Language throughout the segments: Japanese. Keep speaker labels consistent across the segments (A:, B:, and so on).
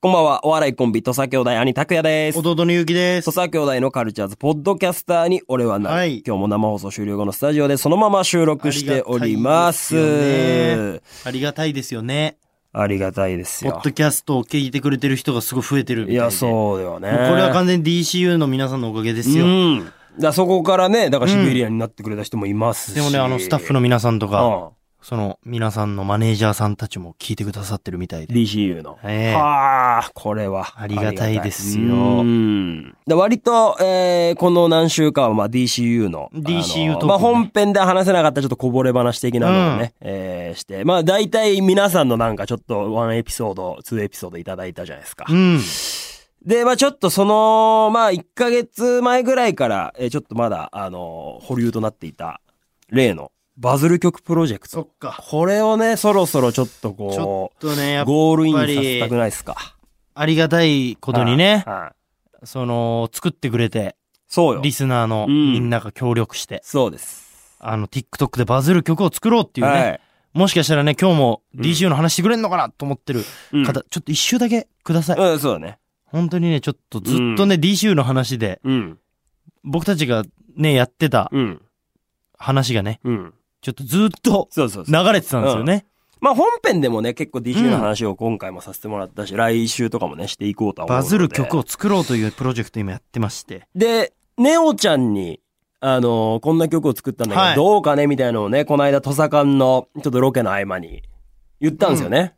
A: こんばんは、お笑いコンビ、土佐兄弟、兄拓也です。
B: 弟のゆうきで
A: 土
B: す。
A: 佐兄弟のカルチャーズ、ポッドキャスターに俺はなる。
B: はい
A: 今日も生放送終了後のスタジオでそのまま収録しております。
B: ありがたいですよねありがたいですよね。
A: ありがたいですよ。
B: ポッドキャストを聞いてくれてる人がすごい増えてるみたい
A: い
B: で。
A: や、
B: もう
A: そうだよね。
B: これは完全に DCU の皆さんのおかげですよ。
A: うん。だからそこからね、だからシベリアになってくれた人もいますし。
B: でもね、あの、スタッフの皆さんとか、
A: が、
B: その、皆さんのマネージャーさんたちも聞いてくださってるみたいで。
A: DCU の。
B: ええ
A: はあ、これは。
B: ありがたいですよ
A: ありがたいうんで割と、えー、この何週間は、まあ、DCU の。
B: DCU
A: あの
B: トークね
A: まあ、本編で話せなかったちょっとこぼれ話的なのをね、えー、して。まあ、大体皆さんのなんかちょっとワンエピソード、ツーエピソードいただいたじゃないですか。
B: うん。
A: で、まあ、ちょっとその、まあ、1ヶ月前ぐらいから、えー、ちょっとまだ、あの、保留となっていた、例の、バズる曲プロジェクト。
B: そっか。
A: これをね、そろそろちょっと
B: ちょ
A: こ
B: っとね、や
A: う、
B: っぱ
A: ゴールインさせたくないですか。
B: ありがたいことにね、
A: はいはい
B: その、作ってくれて、
A: そうよ
B: リ。スナーの
A: うん
B: みんなが協力して、
A: そうです。
B: あの、TikTok でバズる曲を作ろうっていうね、
A: はい
B: もしかしたらね、今日も DCU の話してくれんのかなと思ってる
A: うん
B: 方、ちょっと一周だけください。
A: うん、そうだね。
B: 本当にね、ちょっとずっとね、DCU の話で、
A: うん。
B: 僕たちがね、やってた
A: うん。
B: 話がね、
A: うん。
B: ちょっとずっと
A: そうそうそう。
B: 流れてたんですよね。
A: まあ本編でもね、結構 DJ
B: うん
A: の話を今回もさせてもらったし、来週とかもね、していこうとは思うの
B: バ
A: で。
B: ズる曲を作ろうというプロジェクト今やってまして。
A: で、ネオちゃんに、あのーこんな曲を作ったんだけど、
B: はい
A: どうかねみたいなのをね、この間、土佐館の、ちょっとロケの合間に、言ったんですよね。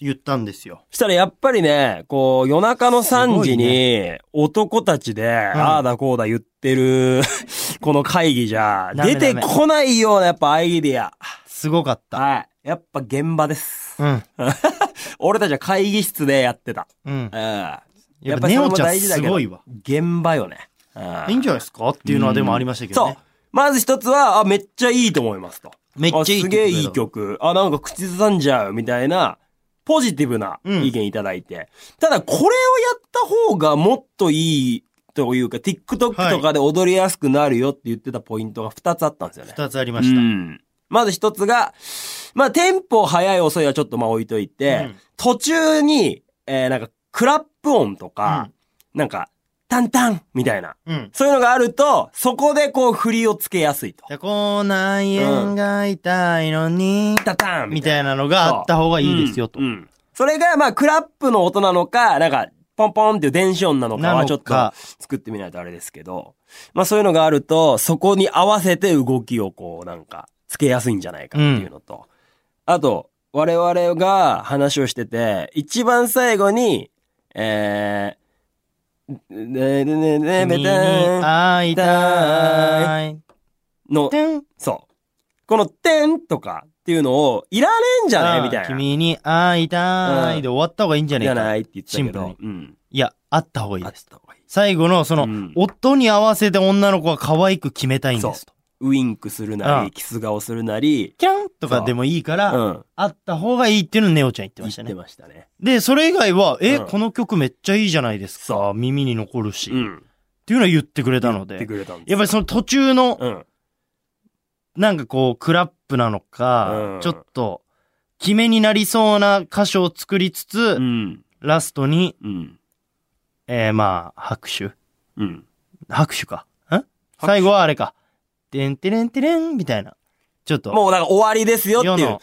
B: 言ったんですよ。
A: したらやっぱりね、こう、夜中の3時に、男たちで、ああだこうだ言ってる、 この会議じゃ、
B: ダメ
A: 出
B: ダメ
A: てこないようなやっぱアイディア。
B: すごかった。
A: はい。やっぱ現場です。
B: うん。
A: 俺たちは会議室でやってた。
B: うん
A: うん。。や
B: やっぱネオちゃんすごいわ。
A: 現場よね。うん
B: いいんじゃないですかっていうのはでもありましたけど
A: そう
B: ね。。
A: まず一つは、あ、めっちゃいいと思いますと。
B: めっちゃいい
A: あすげえいい曲。あ、なんか口ずさんじゃうみたいな、ポジティブな
B: うん
A: 意見いただいて。ただ、これをやった方がもっといいというか、TikTok とかで踊りやすくなるよって言ってたポイントが2つあったんですよね。
B: 二つありました。
A: うんまず一つが、まあ、テンポ早い遅いはちょっとまあ置いといて、
B: うん
A: 途中に、えーなんか、クラップ音とか、なんか、タンタンみたいな。
B: うん。
A: そういうのがあると、そこでこう振りをつけやすいと。
B: じゃあ、口内炎が痛いのに、
A: タタン
B: み
A: みたい
B: たいなのがあった方が
A: な。
B: いいですよと
A: うん。うんそれが、まあ、クラップの音なのか、なんか、ポンポンっていう電子音なのか
B: な
A: は
B: の
A: ちょっと
B: か
A: 作ってみないとあれですけど、まあそういうのがあると、そこに合わせて動きをこうなんか、つけやすいんじゃないかっていうのと、あと、我々が話をしてて、一番最後に、えー、ねねねね
B: 君
A: べ
B: に
A: たん
B: 会いたい。
A: の、
B: てん
A: そう。この、てんとかっていうのを、いらねえんじゃねみたいな。
B: 君に会いた
A: うん
B: いで終わった方がいいんじゃね
A: じ
B: え
A: ゃ
B: か。
A: ないいって言ってたけ
B: シン
A: ど、うん。
B: や、あった方がいい
A: あっ
B: です。
A: た方がいい
B: 最後の、その、
A: うん
B: 音に合わせて女の子は可愛く決めたいんですと。
A: ウインクするな
B: う
A: り、
B: ん
A: キス顔するなり、
B: キャンとかでもいいか
A: う
B: ら、
A: ん。
B: あった方がいいっていうのをネオちゃん言って
A: 言
B: ました
A: って
B: ね。
A: ましたね。
B: で、それ以外は、え、
A: うん
B: この曲めっちゃいいじゃないです
A: そ
B: か。耳に残るし。
A: う
B: っ
A: ん。
B: ていうのは言ってくれたの
A: 言って
B: で。
A: くれたんです
B: やっぱりその途中の、
A: うん。
B: なんかこう、クラップなのか、
A: うん
B: ちょっと、決めになりそうな箇所を作りつつ、
A: うん。
B: ラストに、
A: うん。
B: えー、まあ、拍手。
A: うん。
B: 拍手か。ん最後はあれか。てんてれんてれん、みたいな。ちょっと。
A: もうなんか終わりですよ
B: 世
A: っていう
B: の。、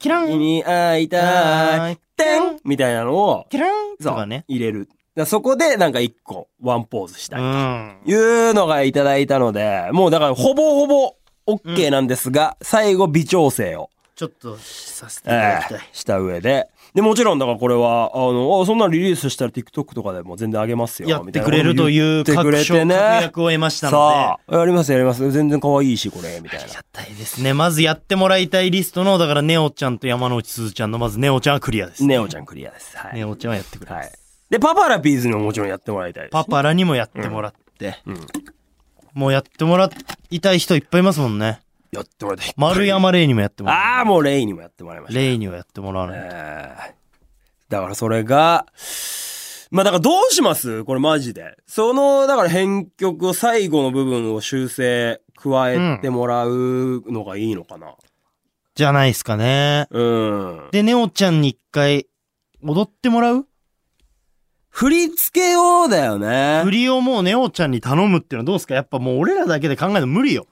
B: キラ
A: 君
B: ン、
A: に会いたい、てんみたいなのを、
B: キラン
A: そ
B: と
A: う
B: か、ね。
A: 入れる。だからそこでなんか一個、ワンポーズし
B: う
A: たい。
B: ん。
A: いうのがいただいたので、もうだからほぼほぼ OK なんですが、最後微調整を、
B: ちょっと、させていた
A: え
B: だきた
A: ー
B: い。
A: した上で。で、もちろんだからこれは、あの、あそんなのリリースしたら TikTok とかでも全然あげますよ。
B: やってくれると
A: う。
B: い
A: 言
B: う
A: ってく
B: 確
A: れ
B: 証、
A: てね
B: 確約を得ましたの
A: さあ、やりますやります。全然可愛いし、これ、みたいな
B: で。あり。がたいですね。まずやってもらいたいリストの、だから、ネオちゃんと山之内すずちゃんの、まずネオちゃんはクリアです。
A: ネオちゃんクリアです。はい。
B: ネオちゃんはやってくれま
A: はい
B: す。。
A: で、パパラピーズにももちろんやってもらいたいです。
B: パパらにもやってもらって。
A: うん
B: もうやってもらいたい人いっぱいいますもんね。
A: やってもらいたい。
B: 丸。山レイにもやってもらう
A: ああ、もうレイにもやってもらいました。
B: レイにはやってもらわない。
A: えーだからそれが、まあだからどうしますこれマジで。その、だから編曲を最後の部分を修正加えてもらうのがいいのかな。
B: じゃないですかね。
A: うん。
B: で、ネオちゃんに一回、踊ってもらう
A: 振り付けようだよね
B: 振。りをもうネオちゃんに頼むっていうのはどうですかやっぱもう俺らだけで考えるの無理よ。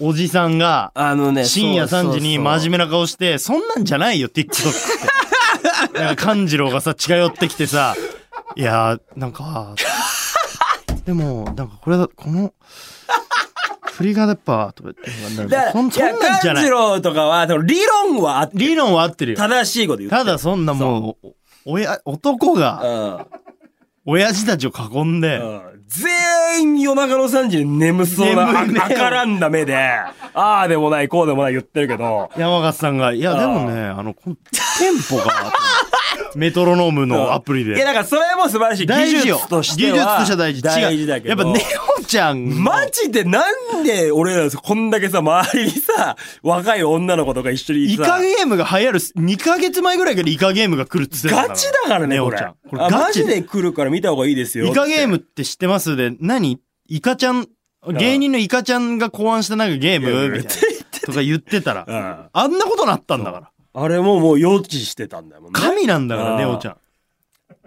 B: おじさんが、
A: あのね、
B: 深夜
A: そうそ
B: 3
A: うそう
B: 時に真面目な顔して、そんなんじゃないよ、TikTok って。なんか勘次郎がさ、近寄ってきてさ、いやー、なんか、でも、なんかこれだ、この、振りがやっぱ、とか言って、
A: だから、
B: そんそんなん
A: い
B: じゃな
A: や
B: い。
A: 炭治郎とかは、でも理論はあって
B: 理論は合ってるよ。
A: 正しいこと言って
B: た
A: る。
B: だそんなもう、おおや、男が、親父たちを囲んで、
A: うん。うん。全員夜中の3時に眠そうな、あ
B: 眠いね
A: 赤らんだ目で、ああでもない、こうでもない言ってるけど、
B: 山形さんが、いや、でもね、あの、このテンポ が、メトロノームのアプリ
A: いや、
B: で。
A: だからそれも素晴らしい。技
B: 大事よ。
A: 術としては。
B: 技術としては大事。
A: 大
B: 違
A: 事
B: う。
A: だけ
B: や
A: ど。
B: っぱネオちゃん。
A: マジでなんで俺らこんだけさ、周りにさ、若い女の子とか一緒に
B: イ
A: さ、
B: カゲームが流行る、2ヶ月前ぐらいからイカゲームが来るっつってた
A: ガチだからね、
B: ネ
A: こ
B: オ
A: れ。
B: ちゃん。これ
A: あ
B: ガ
A: マ
B: チ
A: ジ
B: で。
A: で来るから見た方がいいですよ。
B: イカゲー
A: ム
B: ムって知ってますで、何イカちゃん、芸人のイカちゃんが考案したなんかゲームみたいな。とか言ってたら、
A: あ
B: あんなことなったんだから。
A: れももう予知してたんだもんね。
B: 神なんだか
A: あ
B: ら、
A: ー
B: ネオちゃん。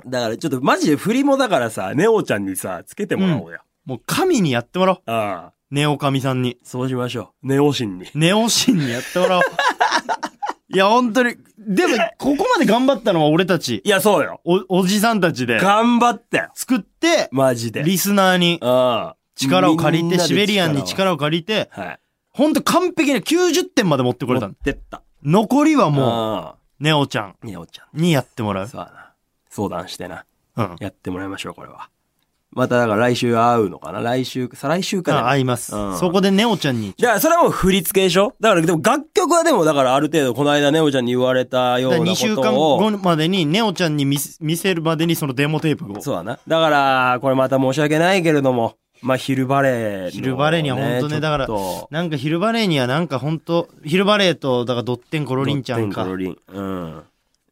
A: だからちょっとマジで振りもだからさ、ネオちゃんにさ、つけてもらおうよ。
B: もう神にやってもらおう。
A: ああ
B: ネオ神さんに。
A: そうしましょう。ネオ神に。
B: ネオシンにやってもら おう。いや、本当に。でも、ここまで頑張ったのは俺たち、
A: いや、そうよ。
B: お、おじさんたちで、
A: 頑張ったよ。
B: 作って、
A: マジで。
B: リスナーに
A: ああ
B: 力を借り
A: みん
B: て、
A: なで
B: シベリアンに
A: を
B: 力を借りて、
A: はい。
B: ほんと完璧な90点まで持ってこれ
A: 持
B: た
A: っ
B: の
A: てった。
B: 残りはもう、
A: も
B: ネオちゃん
A: うん。ネオちゃん。
B: にやってもらう。
A: そうだな。相談してな。
B: うん。
A: やってもらいましょう、これは。まただから来週会うのかな来週、再来週か
B: あ
A: な
B: 合います
A: うん。
B: そこでネオちゃんに。
A: じゃあ、それはもう振り付けでしょだから、でも楽曲はでも、だからある程度、この間ね、おちゃんに言われたようなことを。
B: 2週間後までに、ネオちゃんに見せ見せるまでにそのデモテープを。
A: そうだな。だから、これまた申し訳ないけれども、まあ、昼バレー、
B: 昼バレーには本当ねだから
A: ロ
B: なんか昼バレーにはなんかほんと、昼バレーと、だからドッテンコロリンちゃんか。
A: ロリン。うん。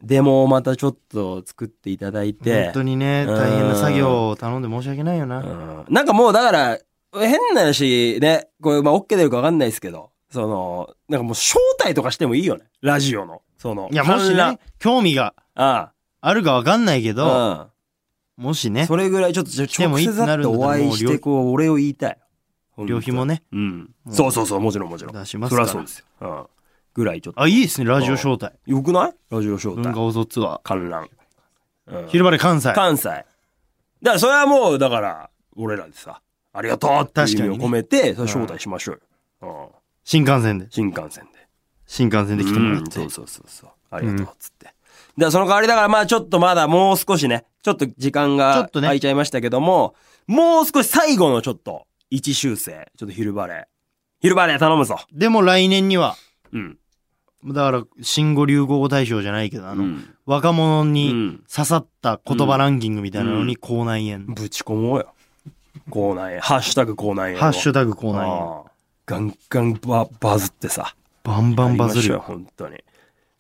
A: でも、またちょっと作っていただいて。
B: 本当にね、
A: うん
B: 大変な作業を頼んで申し訳ないよな。
A: うんなんかもうだから、変な話ね、これまあ OK 出るか分かんないですけど、その、なんかもう招待とかしてもいいよね。ラジオの。その。
B: いや、もし
A: 観覧
B: ね、興味が
A: あ
B: あるかわかんないけど、
A: あ。
B: もし
A: うん。
B: ね、
A: それぐらいちょっとじゃ
B: で
A: あ
B: も
A: 直
B: いい
A: 接
B: ってな
A: 会って
B: るんだった
A: お
B: ら
A: 会
B: も
A: いうして、こう、お礼を言いたい。
B: 旅費も
A: ね。
B: ね、
A: うん。
B: もう
A: そうそうそう、もちろんもちろん。
B: 出します
A: そり
B: か
A: ゃ
B: ら。
A: そうですよ。うん。ぐらいちょっと。
B: あ、いいですね、ラジオ招待。
A: よくないラジオ招
B: 文化
A: 待。
B: おぞツア
A: 観覧。うん
B: ー。昼バレー関西。
A: 関西。だからそれはもう、だから、俺らでさ、ありがとうっていう意味を
B: 確かにね
A: 込めて、それ招待しましょうよ。うん。
B: 新幹線で。
A: 新幹線で。
B: 新幹線で来てもらっ
A: うん
B: て。
A: そうそうそうそう。ありがとう、っつって。だからその代わりだから、まあちょっとまだもう少しね、ちょっと時間
B: ちょっ
A: が
B: とね
A: 空いちゃいましたけども、もう少し最後のちょっと、一修正、ちょっと昼バレー。昼バレー頼むぞ。
B: でも来年には、
A: うん。
B: だから、新語・流行語大賞じゃないけど、あの、
A: うん
B: 若者に
A: ん。
B: 刺さった言葉ランキングみたいなのに、口内炎。
A: ぶち込もうよ。校内炎。ハッシュタグ校内炎。
B: ハッシュ
A: ュ
B: タグ口内炎。
A: ガンガンババズってさ。
B: バンバンバズる
A: やりま
B: よ。
A: しょう本当に。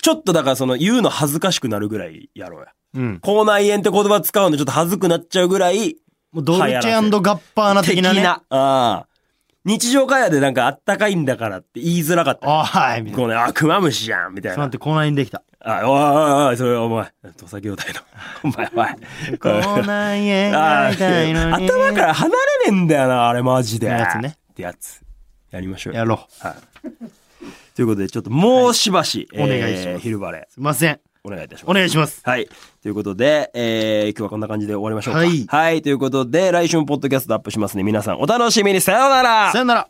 A: ちょっとだからその言うの恥ずかしくなるぐらいやろうよ。
B: うん。
A: 口内炎って言葉使うのちょっと恥ずくなっちゃうぐらい、
B: もうドルチェガッパーナ的なね。
A: ああ。日常会話でなんかあったかいんだからって言いづらかった。
B: あはい、みたいな。
A: こうね、あ、クマムシじゃんみたい
B: そうなっ
A: な。
B: て口内炎できた。
A: あ、おいおいおい、それお前、土佐兄弟 の。お前、
B: 口
A: おい。
B: 内炎
A: あ
B: が痛いのに。
A: 頭から離れねえんだよな、あれマジで。
B: やつね。
A: ってやつ。やりましょうよ
B: やろう。
A: ということで、ちょっともうしばし、
B: はいお願いします
A: 昼バレ、
B: すいません。
A: お願いいたします
B: お。願いします。
A: はい。ということで、えー、今日はこんな感じで終わりましょうか。
B: はい
A: ということで、来週もポッドキャストアップしますね。皆さんお楽しみに。さようなら
B: さよなら。